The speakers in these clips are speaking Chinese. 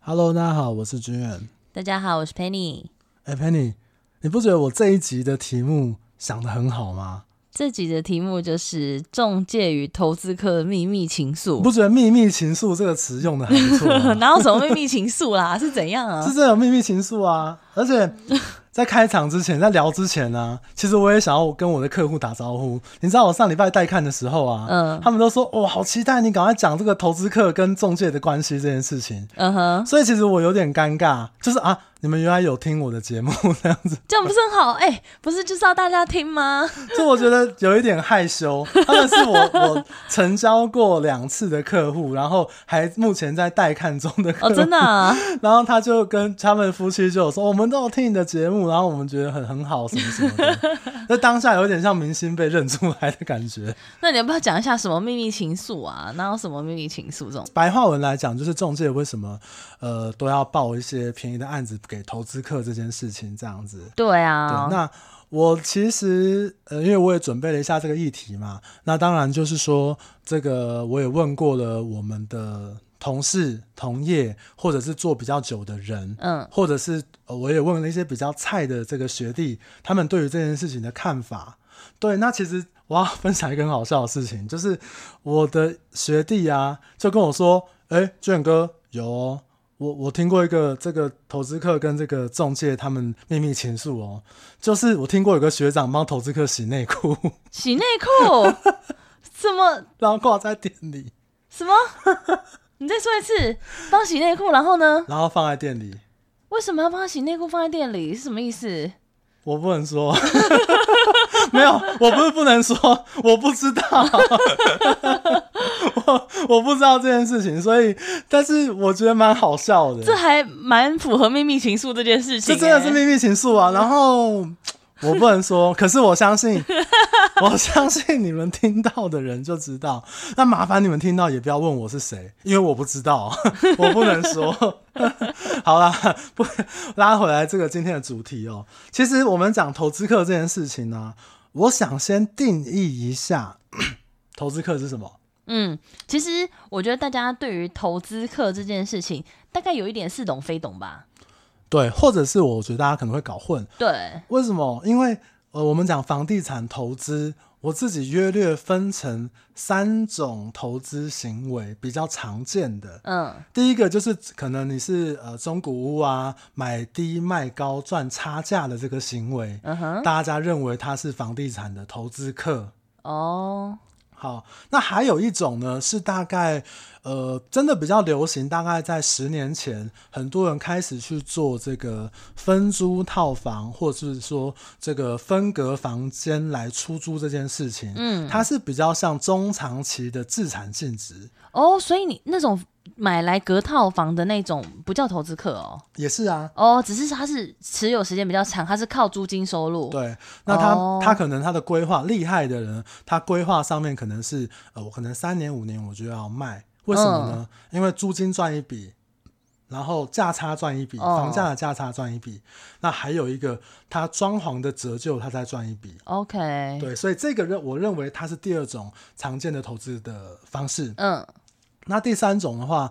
Hello，大家好，我是君远。大家好，我是 Penny。哎、p e n n y 你不觉得我这一集的题目想的很好吗？这集的题目就是中介与投资客的秘密情你愫。不觉得“秘密情愫”这个词用的还不错 吗？哪有什么秘密情愫啦？ 是怎样是啊？真的有秘密情愫啊！而且在开场之前，在聊之前呢、其实我也想要跟我的客户打招呼。你知道我上礼拜带看的时候啊，嗯他们都说哇，好期待你赶快讲这个投资客跟中介的关系这件事情。嗯哼，所以其实我有点尴尬，就是啊，你们原来有听我的节目这样子，这样不是很好？哎、不是就是要大家听吗？就我觉得有一点害羞。他们是我 我成交过两次的客户，然后还目前在待看中的客哦，户。真的、啊， 然后他就跟他们夫妻就有说，我们都有听你的节目，然后我们觉得很很好，什么什么的。 那当下有点像明星被认出来的感觉。那你要不要讲一下什么秘密情愫啊？哪有什么秘密情愫这种？白话文来讲，就是中介为什么呃都要报一些便宜的案子给投资客这件事情，这样子。对啊，对，那我其实呃，因为我也准备了一下这个议题嘛，那当然就是说，这个我也问过了我们的同事、同业，或者是做比较久的人，嗯或者是、呃我也问了一些比较菜的这个学弟，他们对于这件事情的看法。对，那其实我要分享一个很好笑的事情，就是我的学弟啊，就跟我说：“哎、卷哥有、哦。”我我听过一个这个投资客跟这个中介他们秘密情愫哦，就是我听过有个学长帮投资客洗内裤， 洗内裤， 什么然后挂在店里，什么？你再说一次，帮洗内裤，然后呢？然后放在店里。为什么要帮他洗内裤放在店里？是什么意思？我不能说， 没有，我不是不能说，我不知道， 我我不知道这件事情，所以，但是我觉得蛮好笑的，这还蛮符合秘密情愫这件事嗯情、这欸。真的是秘密情愫啊。然后我不能说，可是我相信， 我相信你们听到的人就知道。那麻烦你们听到也不要问我是谁，因为我不知道， 我不能说。 好啦，不拉回来这个今天的主题哦。其实我们讲投资客这件事情呢、我想先定义一下投资客是什么。嗯，其实我觉得大家对于投资客这件事情，大概有一点似懂非懂吧。对，或者是我觉得大家可能会搞混，对，为什么？因为呃，我们讲房地产投资，我自己约略分成三种投资行为比较常见的。嗯第一个就是可能你是呃中古屋啊，买低卖高赚差价的这个行为，嗯哼，大家认为它是房地产的投资客。哦，好，那还有一种呢，是大概呃，真的比较流行，大概在十年前，很多人开始去做这个分租套房，或是说这个分隔房间来出租这件事情。嗯它是比较像中长期的自产性质，哦，所以你那种买来隔套房的那种不叫投资客哦，也是啊。哦，只是他是持有时间比较长，他是靠租金收入。，对，那他、哦他可能他的规划厉害的人，他规划上面可能是呃，我可能三年五年我就要卖，为什么嗯呢？因为租金赚一笔，然后价差赚一笔，哦房价的价差赚一笔，那还有一个他装潢的折旧他再赚一笔。 OK，对，所以这个认我认为它是第二种常见的投资的方式。嗯那第三种的话，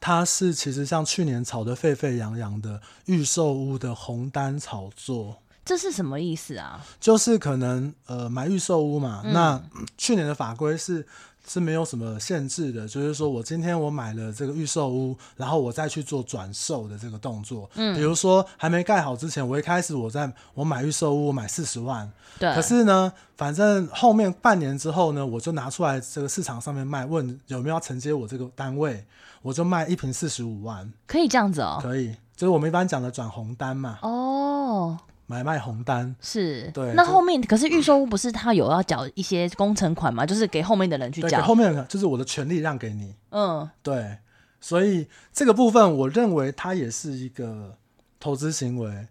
它是其实像去年炒得沸沸扬扬的预售屋的红单炒作。这是什么意思啊？就是可能呃买预售屋嘛，嗯那去年的法规是是没有什么限制的，就是说我今天我买了这个预售屋，然后我再去做转售的这个动作。嗯，比如说还没盖好之前，我一开始我在我买预售屋，我买四十万，对，可是呢，反正后面半年之后呢，我就拿出来这个市场上面卖，问有没有要承接我这个单位，我就卖一平四十五万，可以这样子哦。可以。就是我们一般讲的转红单嘛，哦，买卖红单，是，对那这后面可是预售屋不是他有要缴一些工程款嘛，就是给后面的人去对，给缴。后面的就是我的权利让给你，嗯，对，所以这个部分我认为它也是一个投资行为，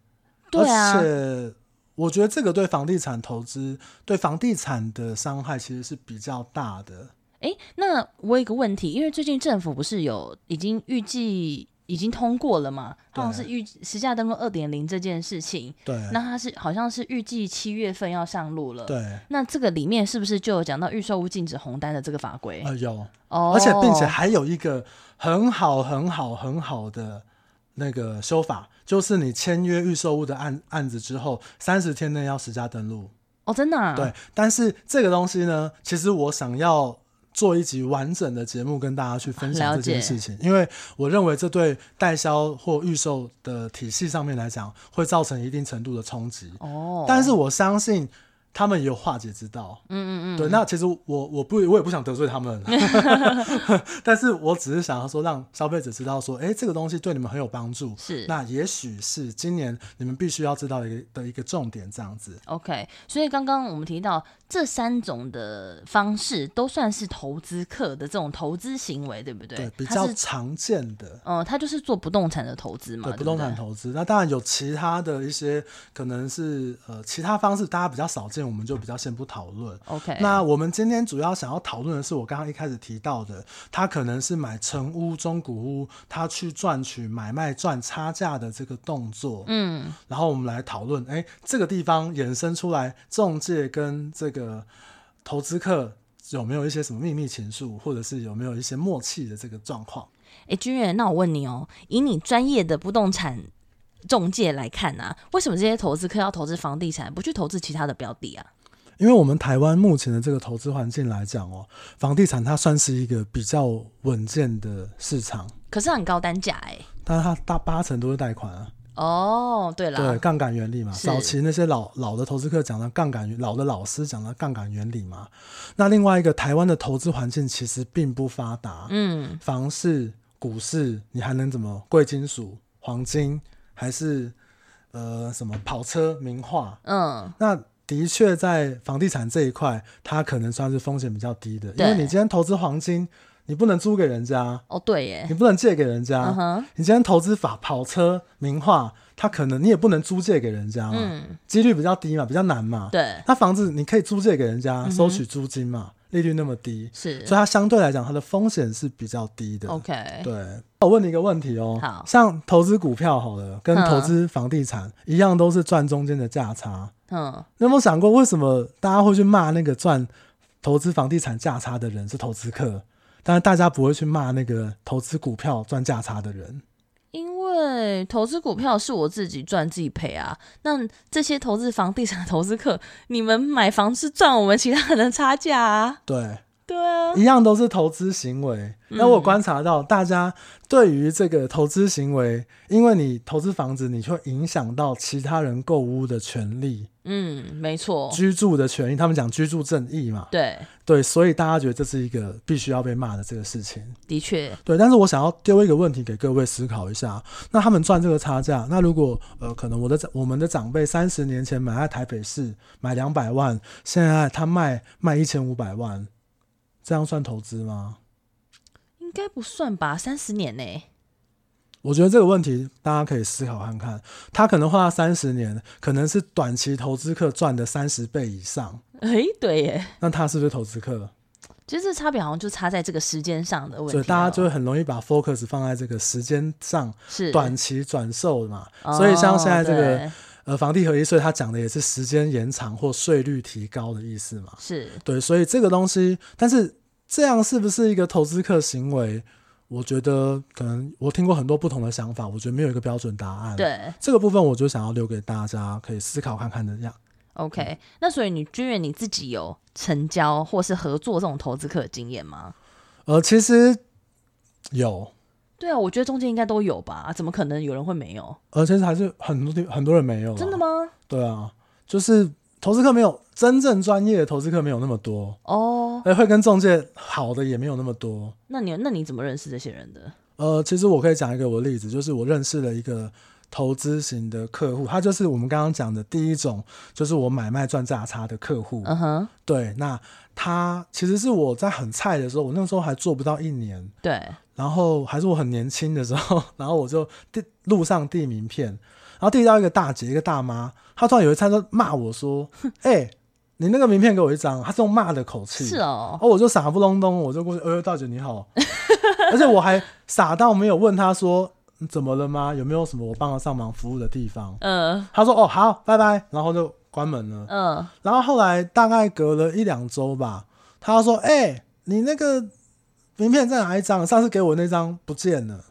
对啊而，且我觉得这个对房地产投资、对房地产的伤害其实是比较大的。诶，那我有一个问题，因为最近政府不是有已经预计。已经通过了嘛，它好对像是预实价登录二点零这件事情，对那它是好像是预计七月份要上路了。对，那这个里面是不是就有讲到预售屋禁止红单的这个法规？呃有，哦，而且并且还有一个很好很好很好的那个修法，就是你签约预售屋的案案子之后，三十天内要实价登录。哦，真的、啊、对，但是这个东西呢，其实我想要做一集完整的节目跟大家去分享了这件解事情，因为我认为这对代销或预售的体系上面来讲，会造成一定程度的冲击。哦，但是我相信他们也有化解之道。嗯嗯嗯，对，那其实我我不我也不想得罪他们， 但是我只是想要说让消费者知道说，哎、这个东西对你们很有帮助。是那也许是今年你们必须要知道的一个的一个重点，这样子。 OK，所以刚刚我们提到这三种的方式都算是投资客的这种投资行为，对不对？对，比它较是常见的。呃，他就是做不动产的投资嘛，对对不动产对投资，那当然有其他的一些可能是呃其他方式，大家比较少见，我们就比较先不讨论。 OK，那我们今天主要想要讨论的是我刚刚一开始提到的，他可能是买成屋、中古屋，他去赚取买卖赚差价的这个动作。嗯，然后我们来讨论，哎，这个地方衍生出来，中介跟这个投资客有没有一些什么秘密情愫，或者是有没有一些默契的这个状况？哎，君远，那我问你哦，以你专业的不动产中介来看啊，为什么这些投资客要投资房地产，不去投资其他的标的啊？因为我们台湾目前的这个投资环境来讲哦，房地产它算是一个比较稳健的市场，可是很高单价哎、但它大八成都是贷款啊，哦，对啦，对杠杆原理嘛。是早期那些老老的投资客讲的杠杆，老的老师讲的杠杆原理嘛。那另外一个，台湾的投资环境其实并不发达，嗯，房市、股市，你还能怎么？贵金属、黄金，还是呃什么跑车、名画，嗯，那的确在房地产这一块，它可能算是风险比较低的，因对为你今天投资黄金，你不能租给人家，哦，对耶你，不能借给人家。嗯哼，你今天投资法跑车、名画，它可能你也不能租借给人家嘛，嗯，几率比较低嘛，比较难嘛。对，嗯那房子你可以租借给人家，收取租金嘛，利率那么低，是所以它相对来讲它的风险是比较低的。 ，OK，对，我问你一个问题哦好，像投资股票好了，跟嗯投资房地产一样，都是赚中间的价差。嗯，你有没有想过，为什么大家会去骂那个赚投资房地产价差的人是投资客，但是大家不会去骂那个投资股票赚价差的人？因为投资股票是我自己赚自己赔啊，那这些投资房地产的投资客，你们买房是赚我们其他人的差价啊，对，对啊，一样都是投资行为。那我观察到，大家对于这个投资行为，因为你投资房子，你会影响到其他人购屋的权利、嗯，没错，居住的权利。他们讲居住正义嘛，对，对，所以大家觉得这是一个必须要被骂的这个事情。的确，对，但是我想要丢一个问题给各位思考一下：那他们赚这个差价，那如果呃，可能我的长我们的长辈三十年前买在台北市买两百万，现在他卖卖一千五百万，这样算投资吗？应该不算吧，三十年呢、我觉得这个问题大家可以思考看看。他可能花了三十年，可能是短期投资客赚的三十倍以上，诶，对耶，那他是不是投资客？其实这差别好像就差在这个时间上的问题啊所了，以大家就会很容易把 focus 放在这个时间上，是短，期转售嘛。哦所以像现在这个。对呃，房地合一税它讲的也是时间延长或税率提高的意思嘛。是对，所以这个东西，但是这样是不是一个投资客行为？我觉得可能我听过很多不同的想法，我觉得没有一个标准答案。，对这个部分我就想要留给大家可以思考看看的样。 ，OK，那所以你君远你自己有成交或是合作这种投资客的经验吗？呃，其实有，对啊，我觉得中间应该都有吧，啊怎么可能有人会没有？而且呃还是很多地很多人没有、真的？吗？对啊，就是投资客没有真正专业的投资客没有那么多，哎哦，而会跟中介好的也没有那么多。那你那你怎么认识这些人的？呃，其实我可以讲一个我的例子，就是我认识了一个投资型的客户，他就是我们刚刚讲的第一种，就是我买卖赚价差的客户。嗯哼，对，那他其实是我在很菜的时候，我那时候还做不到一年，对，然后还是我很年轻的时候， 然后我就递路上递名片，然后递到一个大姐一个大妈，她突然有一餐就骂我 说：“哎、你那个名片给我一张。”她是用骂的口气。是哦，哦，我就哎 傻不隆咚，我就过去，呃，大姐你好，而且我还傻到没有问她说嗯怎么了吗？有没有什么我帮得上忙服务的地方？嗯他说哦好，拜拜，然后就关门了。嗯然后后来大概隔了一两周吧，他说：“哎、你那个名片在哪一张？上次给我那张不见了，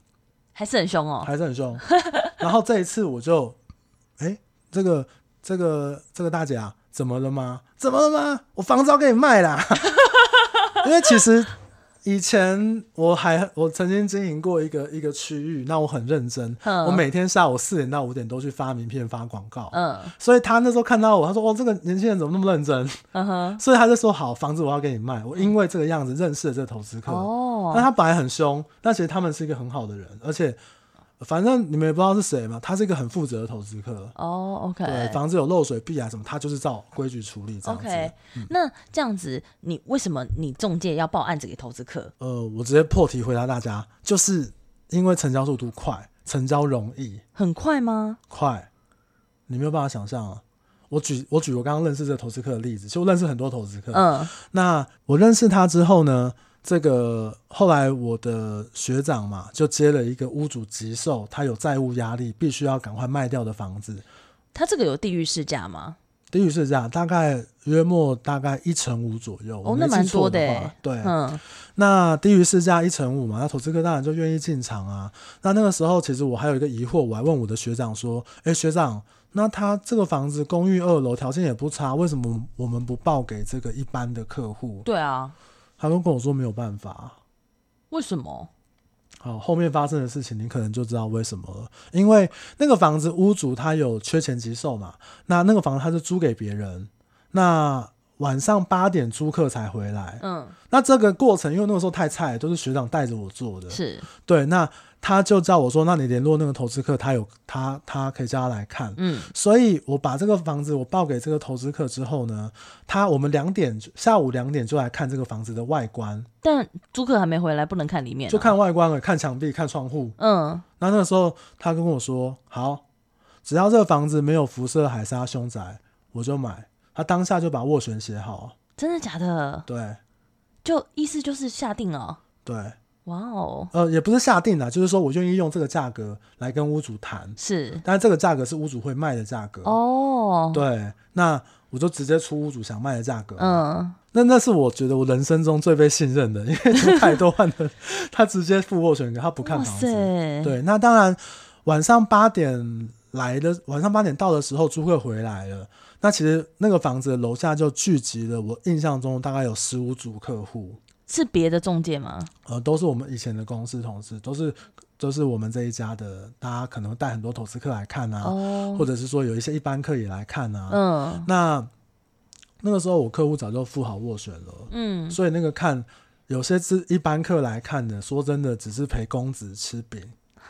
还是很凶哦。还是很凶。” 然后这一次我就，哎、这个这个这个大姐啊，怎么了吗？怎么了吗？我房子要给你卖啦！ 因为其实以前我还我曾经经营过一个一个区域，那我很认真，嗯我每天下午四点到五点都去发名片发广告。嗯所以他那时候看到我，他说：“哦，这个年轻人怎么那么认真？”嗯哼，所以他就说好，房子我要给你卖。我因为这个样子认识了这个投资客。那哦，他本来很凶，但其实他们是一个很好的人，而且反正你们也不知道是谁嘛，他是一个很负责的投资客。哦，OK，对，房子有漏水、壁啊什么，他就是照规矩处理这样子。嗯 OK，那这样子，你为什么你中介要报案子给投资客？呃，我直接破题回答大家，就是因为成交速度快，成交容易很快吗？快，你没有办法想象啊。我举我举我刚刚认识这个投资客的例子，其实我认识很多投资客，嗯那我认识他之后呢，这个后来我的学长嘛，就接了一个屋主急售，他有债务压力，必须要赶快卖掉的房子，他这个有地域市价吗？低于市价大概约莫大概一成五左右。我哦那没记蛮错多的的话欸对，嗯那低于市价一成五嘛，那投资客当然就愿意进场啊。那那个时候其实我还有一个疑惑，我还问我的学长说：“诶，学长，那他这个房子公寓二楼条件也不差，为什么我们不报给这个一般的客户对啊，？”他都跟我说没有办法啊、为什么？好，后面发生的事情你可能就知道为什么了，因为那个房子屋主他有缺钱急售嘛，那那个房子他是租给别人，那晚上八点租客才回来，嗯，那这个过程因为那个时候太菜了，都是学长带着我做的，是，对，那他就叫我说，那你联络那个投资客，他有他他可以叫他来看，嗯所以我把这个房子我报给这个投资客之后呢，他我们两点下午两点就来看这个房子的外观，但租客还没回来，不能看里面、啊就，看外观了，看墙壁，看窗户，嗯那那个时候他跟我说：“好，只要这个房子没有辐射海沙凶宅，我就买。”他当下就把斡旋写好。真的假的？对就意思就是下定了，对，哇哦，呃，也不是下定啦，就是说我愿意用这个价格来跟屋主谈，是但是这个价格是屋主会卖的价格。哦，对，那我就直接出屋主想卖的价格。嗯，那那是我觉得我人生中最被信任的，因为这太多万的， 他直接付斡旋给他不看哇房子。塞，对，那当然晚上八点来的，晚上八点到的时候，租客回来了。那其实那个房子的楼下就聚集了，我印象中大概有十五组客户，是别的中介吗？呃，都是我们以前的公司同事，都是都是我们这一家的，大家可能带很多投资客来看啊，哦或，者是说有一些一般客也来看啊。嗯那那个时候我客户早就付好斡旋了，嗯，所以那个看有些是一般客来看的，说真的只是陪公子吃饼。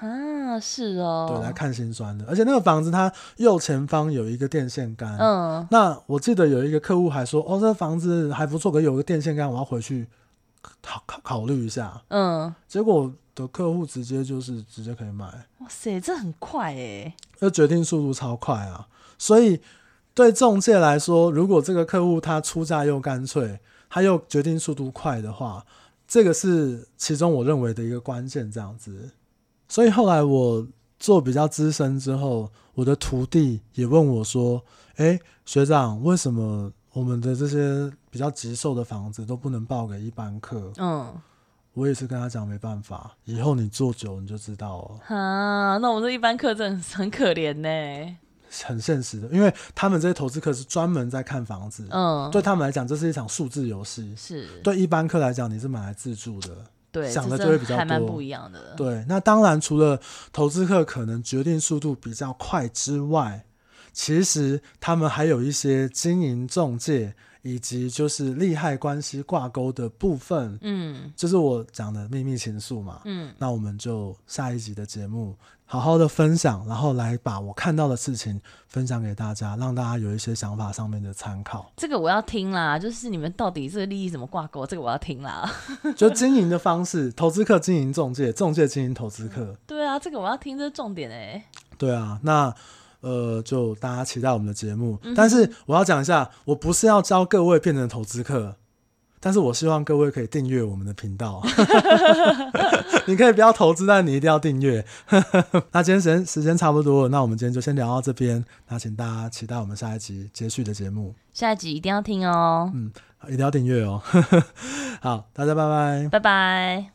啊，是哦，对，来看心酸的。而且那个房子它右前方有一个电线杆，嗯，那我记得有一个客户还说，哦，这房子还不错，可有个电线杆，我要回去考考考虑一下。嗯，结果我的客户直接就是直接可以买，哇塞，这很快哎，那决定速度超快啊！所以对中介来说，如果这个客户他出价又干脆，他又决定速度快的话，这个是其中我认为的一个关键，这样子。所以后来我做比较资深之后，我的徒弟也问我说：“诶，学长，为什么我们的这些比较急售的房子都不能报给一般客嗯，？”我也是跟他讲没办法，以后你做久你就知道哦。啊，那我们这一般客真的很可怜呢，很现实的，因为他们这些投资客是专门在看房子，嗯，对他们来讲，这是一场数字游戏。是，对一般客来讲，你是买来自住的。对，想这的真就会比较还蛮多不一样的，对，那当然除了投资客可能决定速度比较快之外，其实他们还有一些经营中介以及就是利害关系挂钩的部分，嗯就是我讲的秘密情愫嘛。嗯，。那我们就下一集的节目好好的分享，然后来把我看到的事情分享给大家，让大家有一些想法上面的参考 这个我要听啦，就是你们到底这个利益怎么挂钩，这个我要听啦， 就经营的方式，投资客经营中介，中介经营投资客，对啊，这个我要听，这是重点哎，对啊，那。呃，就大家期待我们的节目，但是我要讲一下，我不是要教各位变成投资客，但是我希望各位可以订阅我们的频道， 你可以不要投资，但你一定要订阅。 那今天时间时间差不多了，那我们今天就先聊到这边。那请大家期待我们下一集接续的节目，下一集一定要听哦，一定要订阅哦。好，大家拜拜。拜拜。